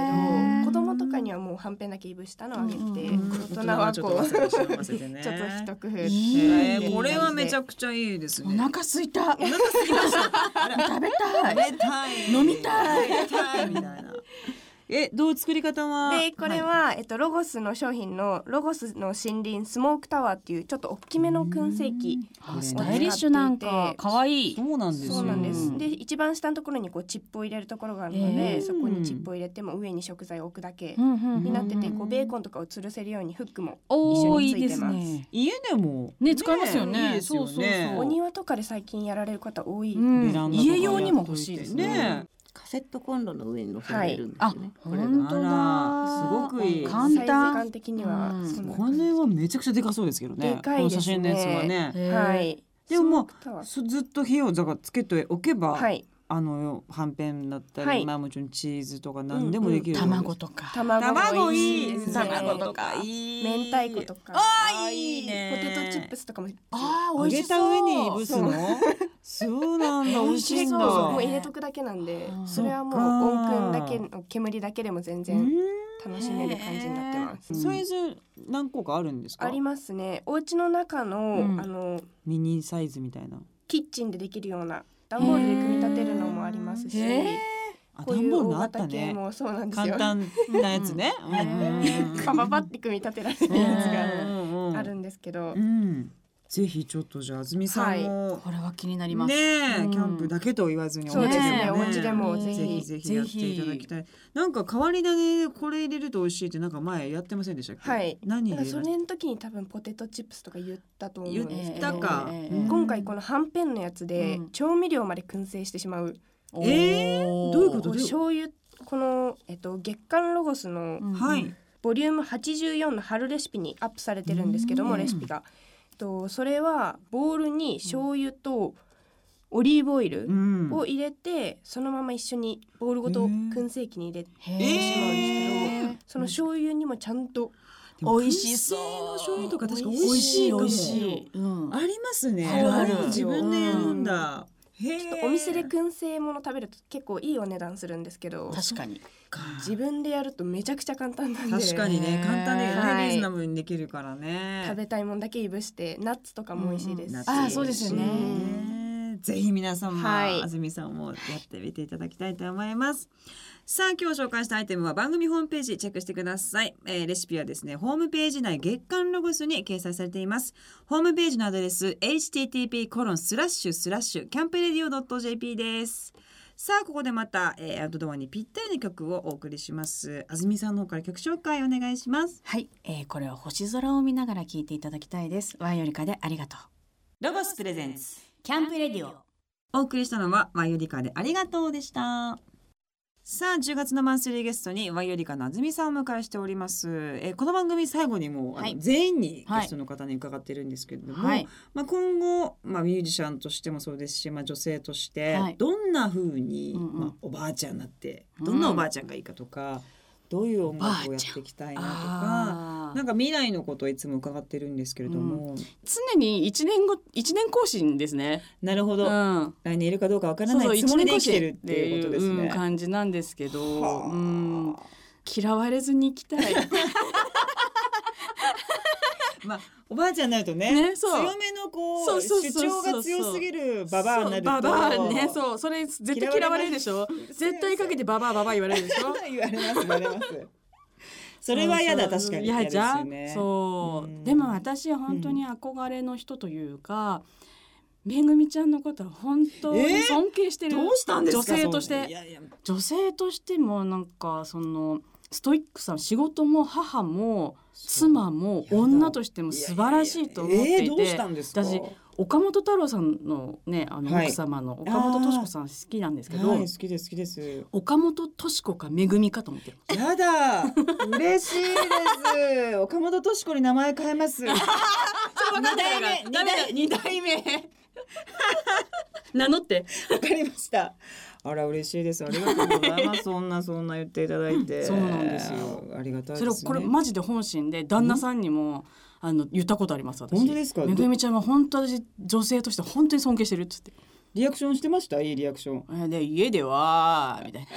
Speaker 1: ー
Speaker 4: 子供とかにはもうはんぺんだけいぶしたのをあげて、
Speaker 2: うんうん
Speaker 1: う
Speaker 2: え
Speaker 1: ん
Speaker 4: 大人はこう
Speaker 1: 大人はちょっと忘れてしまわ
Speaker 4: ち
Speaker 1: せてね。
Speaker 4: ょっと一工夫、
Speaker 2: いい
Speaker 1: え
Speaker 2: ね
Speaker 1: ーこれはめち
Speaker 4: ゃ
Speaker 1: ゃくちゃいいです
Speaker 2: お
Speaker 1: ね。
Speaker 2: 腹すいた。食べ
Speaker 1: すいません。
Speaker 2: たい。
Speaker 1: 食べたい。
Speaker 2: 飲みた
Speaker 1: い。食べたいみたいな。え、どう作り方は。
Speaker 4: でこれ
Speaker 1: い
Speaker 4: は、えっと、ロゴスの商品のロゴスの森林スモークタワーっていうちょっと大きめの燻製機
Speaker 2: あスタイリッシュなんか可愛い
Speaker 1: そうなんですよ。
Speaker 4: そうなんです、
Speaker 2: うん
Speaker 4: で一番下のところにこうチップを入れるところがあるので、
Speaker 2: うん
Speaker 4: そこにチップを入れても上に食材を置くだけに
Speaker 2: に
Speaker 4: なってて、
Speaker 1: うん
Speaker 4: こうベーコンとかを吊るせるようにフックも
Speaker 2: おおい
Speaker 4: 一緒
Speaker 2: い
Speaker 4: に
Speaker 2: で
Speaker 4: ついて
Speaker 2: す
Speaker 4: ます
Speaker 2: ね。
Speaker 1: 家でも。
Speaker 2: ね使えますよね
Speaker 1: いいですよね。
Speaker 2: そうそうそ
Speaker 4: お
Speaker 2: う
Speaker 4: 庭とかで最近やられる方多い、
Speaker 2: うん
Speaker 1: ベランダとか
Speaker 2: 家用にも欲しいですね。
Speaker 3: カセットコンロの上に乗せられるんですよ
Speaker 2: あ
Speaker 3: ね、これが
Speaker 2: 本当だ。
Speaker 1: あらすごくいい
Speaker 2: 簡
Speaker 4: サイズ
Speaker 2: 単。
Speaker 4: 感的には、
Speaker 2: うん
Speaker 4: そんな
Speaker 1: こ
Speaker 4: 感じ
Speaker 1: れはめちゃくちゃでかそうですけどね。
Speaker 4: でかいで
Speaker 1: こ
Speaker 4: すね
Speaker 1: の写真のやつはね。
Speaker 2: へー
Speaker 4: はい
Speaker 1: でもまあ
Speaker 4: スモークタワー
Speaker 1: そずっと火をざがつけておけば、
Speaker 4: はい
Speaker 1: あのはんぺんだったり、
Speaker 4: はい
Speaker 1: まあもちろんチーズとか何でもできる、
Speaker 2: 卵とか。
Speaker 4: 卵もいいですね
Speaker 2: 卵とか
Speaker 1: い
Speaker 4: 明太子とか
Speaker 1: あーいいね
Speaker 4: ポテトチップスとかも
Speaker 2: ああ
Speaker 1: 揚
Speaker 2: 美味
Speaker 1: げ
Speaker 2: しそ
Speaker 1: た
Speaker 2: う。
Speaker 1: 上にいぶすのそうなんだ美味しいんだ
Speaker 2: 美味しそう
Speaker 4: もう入れとくだけなんで
Speaker 2: あー
Speaker 4: それはも
Speaker 1: そ
Speaker 4: う
Speaker 1: っか
Speaker 4: 音くんだけの煙だけでも全
Speaker 1: う
Speaker 4: 然
Speaker 1: ん
Speaker 4: 楽しめる感じになってます、
Speaker 2: へー
Speaker 1: サイズ何個かあるんですか
Speaker 4: ありますねお家の中の、
Speaker 2: うん
Speaker 4: あの
Speaker 1: ミニサイズみたいな
Speaker 4: キッチンでできるような段ボールで組み立てるのもありますし、
Speaker 2: へ
Speaker 1: あ
Speaker 4: こう
Speaker 1: 段
Speaker 4: いう
Speaker 1: ボール
Speaker 4: 大
Speaker 1: のあった
Speaker 4: 型系
Speaker 1: ね
Speaker 4: もそうなんですよ
Speaker 1: 簡 単なやつね
Speaker 2: んう
Speaker 1: う
Speaker 2: ん
Speaker 1: ん
Speaker 4: パパパって組み立てられるやつがあるんですけど、
Speaker 1: うんぜひちょっとじゃあ安住さんも
Speaker 2: これは気になります。
Speaker 1: ねえ
Speaker 2: うん
Speaker 1: キャンプだけと言わずに
Speaker 4: そうですね
Speaker 1: お
Speaker 4: お家でもぜ
Speaker 1: ぜ
Speaker 4: ひ
Speaker 1: ひぜひやっていただきたいなんか変わり種でこれ入れると美味しいってなんか前やってませんでしたっけ
Speaker 4: はい
Speaker 1: 何
Speaker 4: だか
Speaker 1: 入
Speaker 4: ら
Speaker 1: れ
Speaker 4: そ
Speaker 1: る
Speaker 4: れの時に多分ポテトチップスとか言ったと思うんです
Speaker 1: 言っ
Speaker 4: け
Speaker 1: た
Speaker 4: ど、
Speaker 1: か
Speaker 2: ええええ
Speaker 1: うん
Speaker 4: 今回このはんぺんのやつで、
Speaker 2: うん
Speaker 4: 調味料まで燻製してしまう
Speaker 1: え
Speaker 2: おー
Speaker 1: どういうこと
Speaker 4: こう醤油この、えっと、月刊ロゴスの
Speaker 2: うん
Speaker 1: はい
Speaker 4: ボリューム84の春レシピにアップされてるんですけども、
Speaker 1: うん
Speaker 4: レシピが、えっと、それはボウルに醤油とオリーブオイル
Speaker 1: ん
Speaker 4: を入れて、そのまま一緒にボウルごと
Speaker 1: うん
Speaker 4: 燻製機に入れて
Speaker 2: へ
Speaker 1: え
Speaker 2: ー
Speaker 1: ー
Speaker 4: その醤油にもちゃんと
Speaker 1: でも
Speaker 2: 美味しそ
Speaker 1: 燻
Speaker 2: う
Speaker 1: 製の醤油とか確か美
Speaker 2: 美味
Speaker 1: 味
Speaker 2: し
Speaker 1: し
Speaker 2: い
Speaker 1: い
Speaker 2: 美
Speaker 1: かも
Speaker 2: 味しい。うん
Speaker 1: ありますね。
Speaker 2: あるある
Speaker 1: これ自分でやるんだ。へえ
Speaker 4: ちょっとお店で燻製もの食べると結構いいお値段するんですけど
Speaker 2: 確かに。
Speaker 4: 自分でやるとめちゃくちゃ簡単なんで
Speaker 1: 確かにね、
Speaker 2: ね
Speaker 1: 簡単でね、
Speaker 4: はい
Speaker 1: リーズナブルにできるからね。
Speaker 4: 食べたいもんだけいぶしてナッツとかも美味しいですし、
Speaker 1: 夏
Speaker 2: うんうんあーそうですよね
Speaker 1: ねぜひ皆さんも、
Speaker 4: はい
Speaker 1: 安住さんもやってみていただきたいと思います。さあ今日紹介したアイテムは番組ホームページチェックしてください、えーレシピはですねホームページ内月間ロゴスに掲載されていますホームページのアドレス http コロンスラッシュスラッシュキャンプレディオ .jp ですさあここでまた、えーアウトドアにぴったりの曲をお送りします安住さんの方から曲紹介お願いします
Speaker 2: はい、えー、これは星空を見ながら聞いていただきたいです。ワイよりかでありがとう。
Speaker 1: ロゴスプレゼンツ
Speaker 2: キャンプレディオ。
Speaker 1: お送りしたのはワイオリカでありがとうでしたさあ10月のマンスリーゲストにワイオリカのあずみさんをお迎えしておりますえーこの番組最後にもう、あの
Speaker 2: はい
Speaker 1: 全員に
Speaker 2: はい
Speaker 1: ゲストの方に伺ってるんですけれども、
Speaker 2: はい、
Speaker 1: まあ、今後、まあ、ミュージシャンとしてもそうですし、まあ、女性として、
Speaker 2: はい
Speaker 1: どんな風に、
Speaker 2: うんうん
Speaker 1: まあ、おばあちゃんになって
Speaker 2: うん
Speaker 1: どんなおばあちゃんがいいかとか、どういう音楽をやっていきたいなとか。
Speaker 2: あ
Speaker 1: なんか未来のことをいつも伺ってるんですけれども、
Speaker 2: 常に一年後、一年更新ですね。
Speaker 1: なるほ
Speaker 2: う
Speaker 1: ど、
Speaker 2: ん。
Speaker 1: 来年いるかどうかわから
Speaker 2: そうそ
Speaker 1: な
Speaker 2: う、
Speaker 1: いつ
Speaker 2: 一
Speaker 1: もりで生
Speaker 2: 年更
Speaker 1: き
Speaker 2: 新
Speaker 1: てるっていうことですね。
Speaker 2: うん感じなんですけど、うん、嫌われずに生きたい。
Speaker 1: まあおばあちゃんになるとね
Speaker 2: ねそう
Speaker 1: 強めのこう
Speaker 2: そうそうそうそう
Speaker 1: 主張が強すぎるババアになると
Speaker 2: そうババアね、そう、それ絶対嫌われるでしょ。絶対かけてババアババア言われるでしょ。
Speaker 1: 言われます言われます それは嫌だ
Speaker 2: そうそ
Speaker 1: 確
Speaker 2: う
Speaker 1: かに
Speaker 2: 嫌じゃん、
Speaker 1: 嫌ですよね
Speaker 2: そう、
Speaker 1: うん
Speaker 2: でも私は本当に憧れの人というか、めぐみちゃんのことは本当に
Speaker 1: えー
Speaker 2: 尊敬してる、
Speaker 1: どうしたんですか
Speaker 2: 女性とし
Speaker 1: そんな
Speaker 2: て
Speaker 1: いやいや
Speaker 2: 女性としてもなんかそのストイックさ仕事も母も妻も
Speaker 1: そう
Speaker 2: 女としても素晴らしいと思って
Speaker 1: え
Speaker 2: い
Speaker 1: ーどうしてたんですか
Speaker 2: 私岡本太郎さんのねあの
Speaker 1: はい
Speaker 2: 奥様の岡本敏子さん好きなんですけど、
Speaker 1: はい、好きです好きです
Speaker 2: 岡本敏子かめぐみかと思ってる
Speaker 1: やだ嬉しいです岡本敏子に名前変えます二代目二代二代目
Speaker 2: 名乗って
Speaker 1: わかりましたあら嬉しいですありがとうございます そんなそんな言っていただいて
Speaker 2: そうなんですよ
Speaker 1: ありがたいです
Speaker 2: それ
Speaker 1: ね
Speaker 2: をこれマジで本心で旦那さんにもあの言ったことあります私
Speaker 1: 本当ですか
Speaker 2: めぐみちゃんは本当私女性として本当に尊敬してるっつって
Speaker 1: リアクションしてましたいいリアクション
Speaker 2: えで家ではみたいな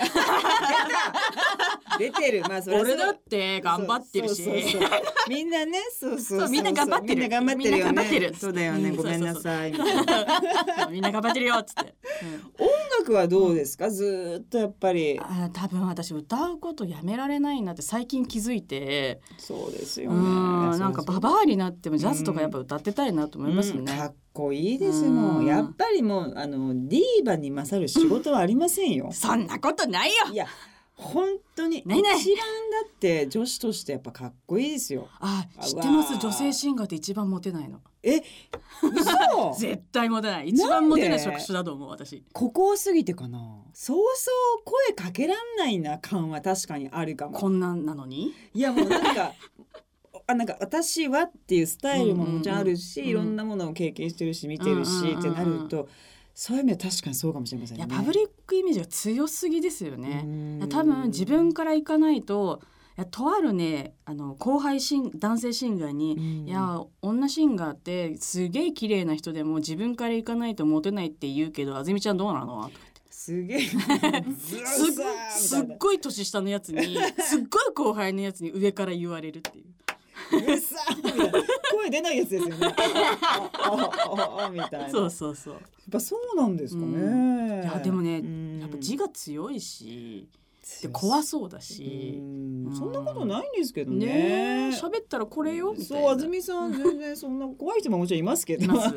Speaker 1: 出てるまあそれ
Speaker 2: 俺だって頑張ってるし
Speaker 1: そうそうそうそうみんなねそうそう
Speaker 2: そうみんな頑張ってる
Speaker 1: みんな頑張ってるよ
Speaker 2: みんな頑張って
Speaker 1: ね
Speaker 2: る
Speaker 1: そうだよね
Speaker 2: うん
Speaker 1: ごめんなさい
Speaker 2: みんな頑張ってるよっつって、うん
Speaker 1: 音楽はどうですかずーっとやっぱり
Speaker 2: あー多分私歌うことやめられないなって最近気づいて
Speaker 1: そうです
Speaker 2: う
Speaker 1: よね
Speaker 2: んなんか
Speaker 1: そうそう
Speaker 2: ババアになってもジャズとかやっぱ歌ってたいなと思います
Speaker 1: うんか
Speaker 2: ね、
Speaker 1: っこいいですも
Speaker 2: うん
Speaker 1: んやっぱりもうあのディーバに勝る仕事はありませんよ
Speaker 2: そんなことないよ
Speaker 1: いや本当に一
Speaker 2: ない
Speaker 1: 覧
Speaker 2: な
Speaker 1: だ
Speaker 2: い
Speaker 1: って女子としてやっぱかっこいい ですよ
Speaker 2: あ
Speaker 1: うわー
Speaker 2: 知ってます女性シンガーって一番モテないの
Speaker 1: え嘘
Speaker 2: 絶対モテない一番モテない
Speaker 1: なんで
Speaker 2: 職種だと思う私
Speaker 1: ここを過ぎてかなそうそう声かけらんないな感は確かにあるかも
Speaker 2: こんなんなのに
Speaker 1: いやもうなんか あなんか私はっていうスタイルももちろんあるし、
Speaker 2: うんうん
Speaker 1: いろんなものを経験してるし見てるし、
Speaker 2: うんうんうん
Speaker 1: ってなるとそういう意味では確かにそうかもしれません
Speaker 2: い
Speaker 1: ね。
Speaker 2: やパブリックイメージが強すぎですよね
Speaker 1: うん
Speaker 2: 多分自分から行かないといやとあるねあの後輩シン男性シンガーに
Speaker 1: うん
Speaker 2: いや女シンガーってすげえ綺麗な人でも自分から行かないとモテないって言うけどあずみちゃんどうなの
Speaker 1: す げえずる
Speaker 2: すっ
Speaker 1: さー
Speaker 2: すっ
Speaker 1: み
Speaker 2: ごい年下のやつにすっごい後輩のやつに上から言われるっていう
Speaker 1: たいなうるさーみたいな声出ないやつですよね。ああああみたいな。
Speaker 2: そ
Speaker 1: や
Speaker 2: う
Speaker 1: っ
Speaker 2: そうそう
Speaker 1: ぱそうなんですかね。
Speaker 2: ういやでもね
Speaker 1: うん
Speaker 2: やっぱ字が強いしで
Speaker 1: 強い
Speaker 2: 怖そうだ
Speaker 1: う
Speaker 2: し
Speaker 1: ん
Speaker 2: うん
Speaker 1: そんなことないんですけど
Speaker 2: ねえ
Speaker 1: ね。
Speaker 2: 喋ったらこれよみたい
Speaker 1: そう
Speaker 2: な
Speaker 1: 安住さん全然そんな怖い人ももちろんいますけど
Speaker 2: います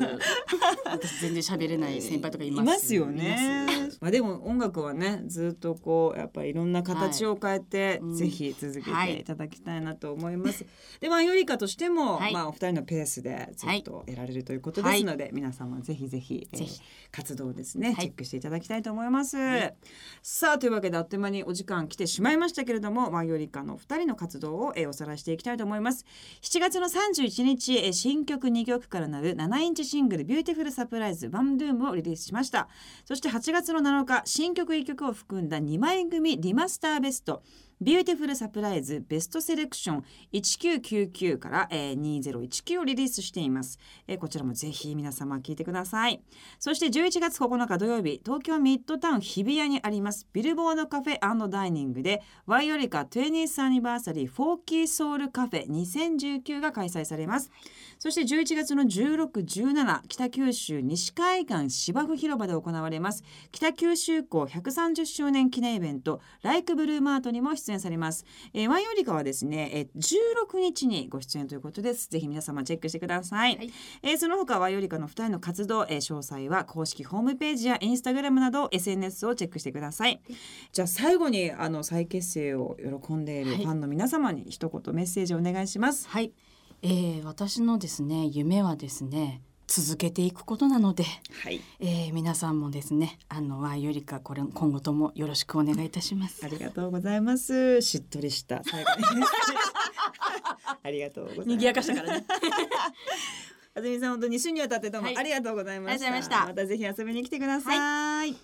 Speaker 2: 私全然喋れない先輩とかいます
Speaker 1: よね
Speaker 2: います
Speaker 1: まあでも音楽はねずっとこうやっぱりいろんな形を変えて、
Speaker 2: はい
Speaker 1: ぜひ続け
Speaker 2: は
Speaker 1: て
Speaker 2: い
Speaker 1: いただきたいなと思います、でまあよりかとしても、
Speaker 2: はい
Speaker 1: まあお二人のペースでずっと得られるということですので、皆さんもぜひぜひ
Speaker 2: ぜひ
Speaker 1: えー活動をですね、
Speaker 2: はい
Speaker 1: チェックしていただきたいと思います、さあというわけであっという間にお時間来てしまいましたけれどもマヨリカのお二人の活動を、えーおさらいしていきたいと思います7月の31日、えー新曲2曲からなる7インチシングル「ビューティフルサプライズワンルームをリリースしましたそして8月の7日新曲1曲を含んだ2枚組リマスターベストビューティフルサプライズベストセレクション1999から、えー2019をリリースしています、えーこちらもぜひ皆様聞いてくださいそして11月9日土曜日東京ミッドタウン日比谷にありますビルボードカフェダイニングでワイオリカ 20th アニバーサリーフォーキーソウルカフェ2019が開催されますそして11月の1617北九州西海岸芝生広場で行われます北九州港130周年記念イベント「ライクブルーマート」にも出演されます、えーワイオリカはですね、えー16日にご出演ということですぜひ皆様チェックしてください、
Speaker 4: はい
Speaker 1: えーその他ワイオリカの2人の活動、えー詳細は公式ホームページやインスタグラムなど SNS をチェックしてくださいじゃあ最後にあの再結成を喜んでいる
Speaker 2: は
Speaker 1: フ
Speaker 2: い
Speaker 1: ァンの皆様に一言メッセージをお願いします、
Speaker 2: はい、えー、私のですね夢はですね続けていくことなので、
Speaker 1: はい
Speaker 2: えー、皆さんもですねあのワイよりかこれ今後ともよろしくお願いいたします
Speaker 1: あ。りがとうございます。しっとりした最後に ありがとうございます。
Speaker 2: 賑やかしたからね。
Speaker 1: あずみさん本当に週にわたってどうも
Speaker 2: はい
Speaker 1: ありがとうございました。
Speaker 2: ありがとうございました
Speaker 1: ぜひ遊びに来てください。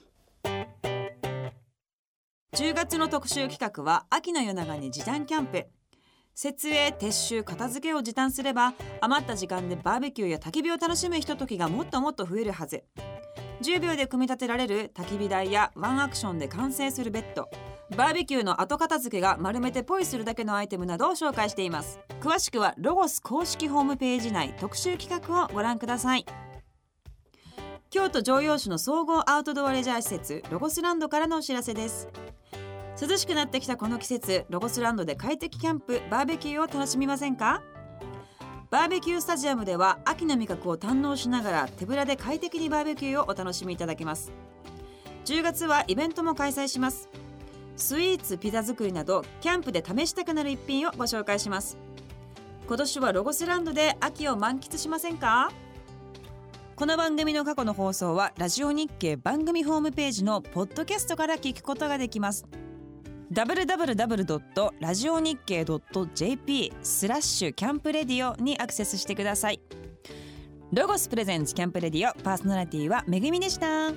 Speaker 1: 10月の特集企画は秋の夜長に時短キャンプ。設営撤収片付けを時短すれば余った時間でバーベキューや焚き火を楽しむひとときがもっともっと増えるはず10秒で組み立てられる焚き火台やワンアクションで完成するベッドバーベキューの後片付けが丸めてポイするだけのアイテムなどを紹介しています詳しくはロゴス公式ホームページ内特集企画をご覧ください京都城陽市の総合アウトドアレジャー施設ロゴスランドからのお知らせです涼しくなってきたこの季節ロゴスランドで快適キャンプバーベキューを楽しみませんかバーベキュースタジアムでは秋の味覚を堪能しながら手ぶらで快適にバーベキューをお楽しみいただけます10月はイベントも開催しますスイーツピザ作りなどキャンプで試したくなる一品をご紹介します今年はロゴスランドで秋を満喫しませんかこの番組の過去の放送はラジオ日経番組ホームページのポッドキャストから聞くことができます www.radionickei.jp スラッシュキャンプレディオにアクセスしてくださいロゴスプレゼンツキャンプレディオパーソナリティはめぐみでした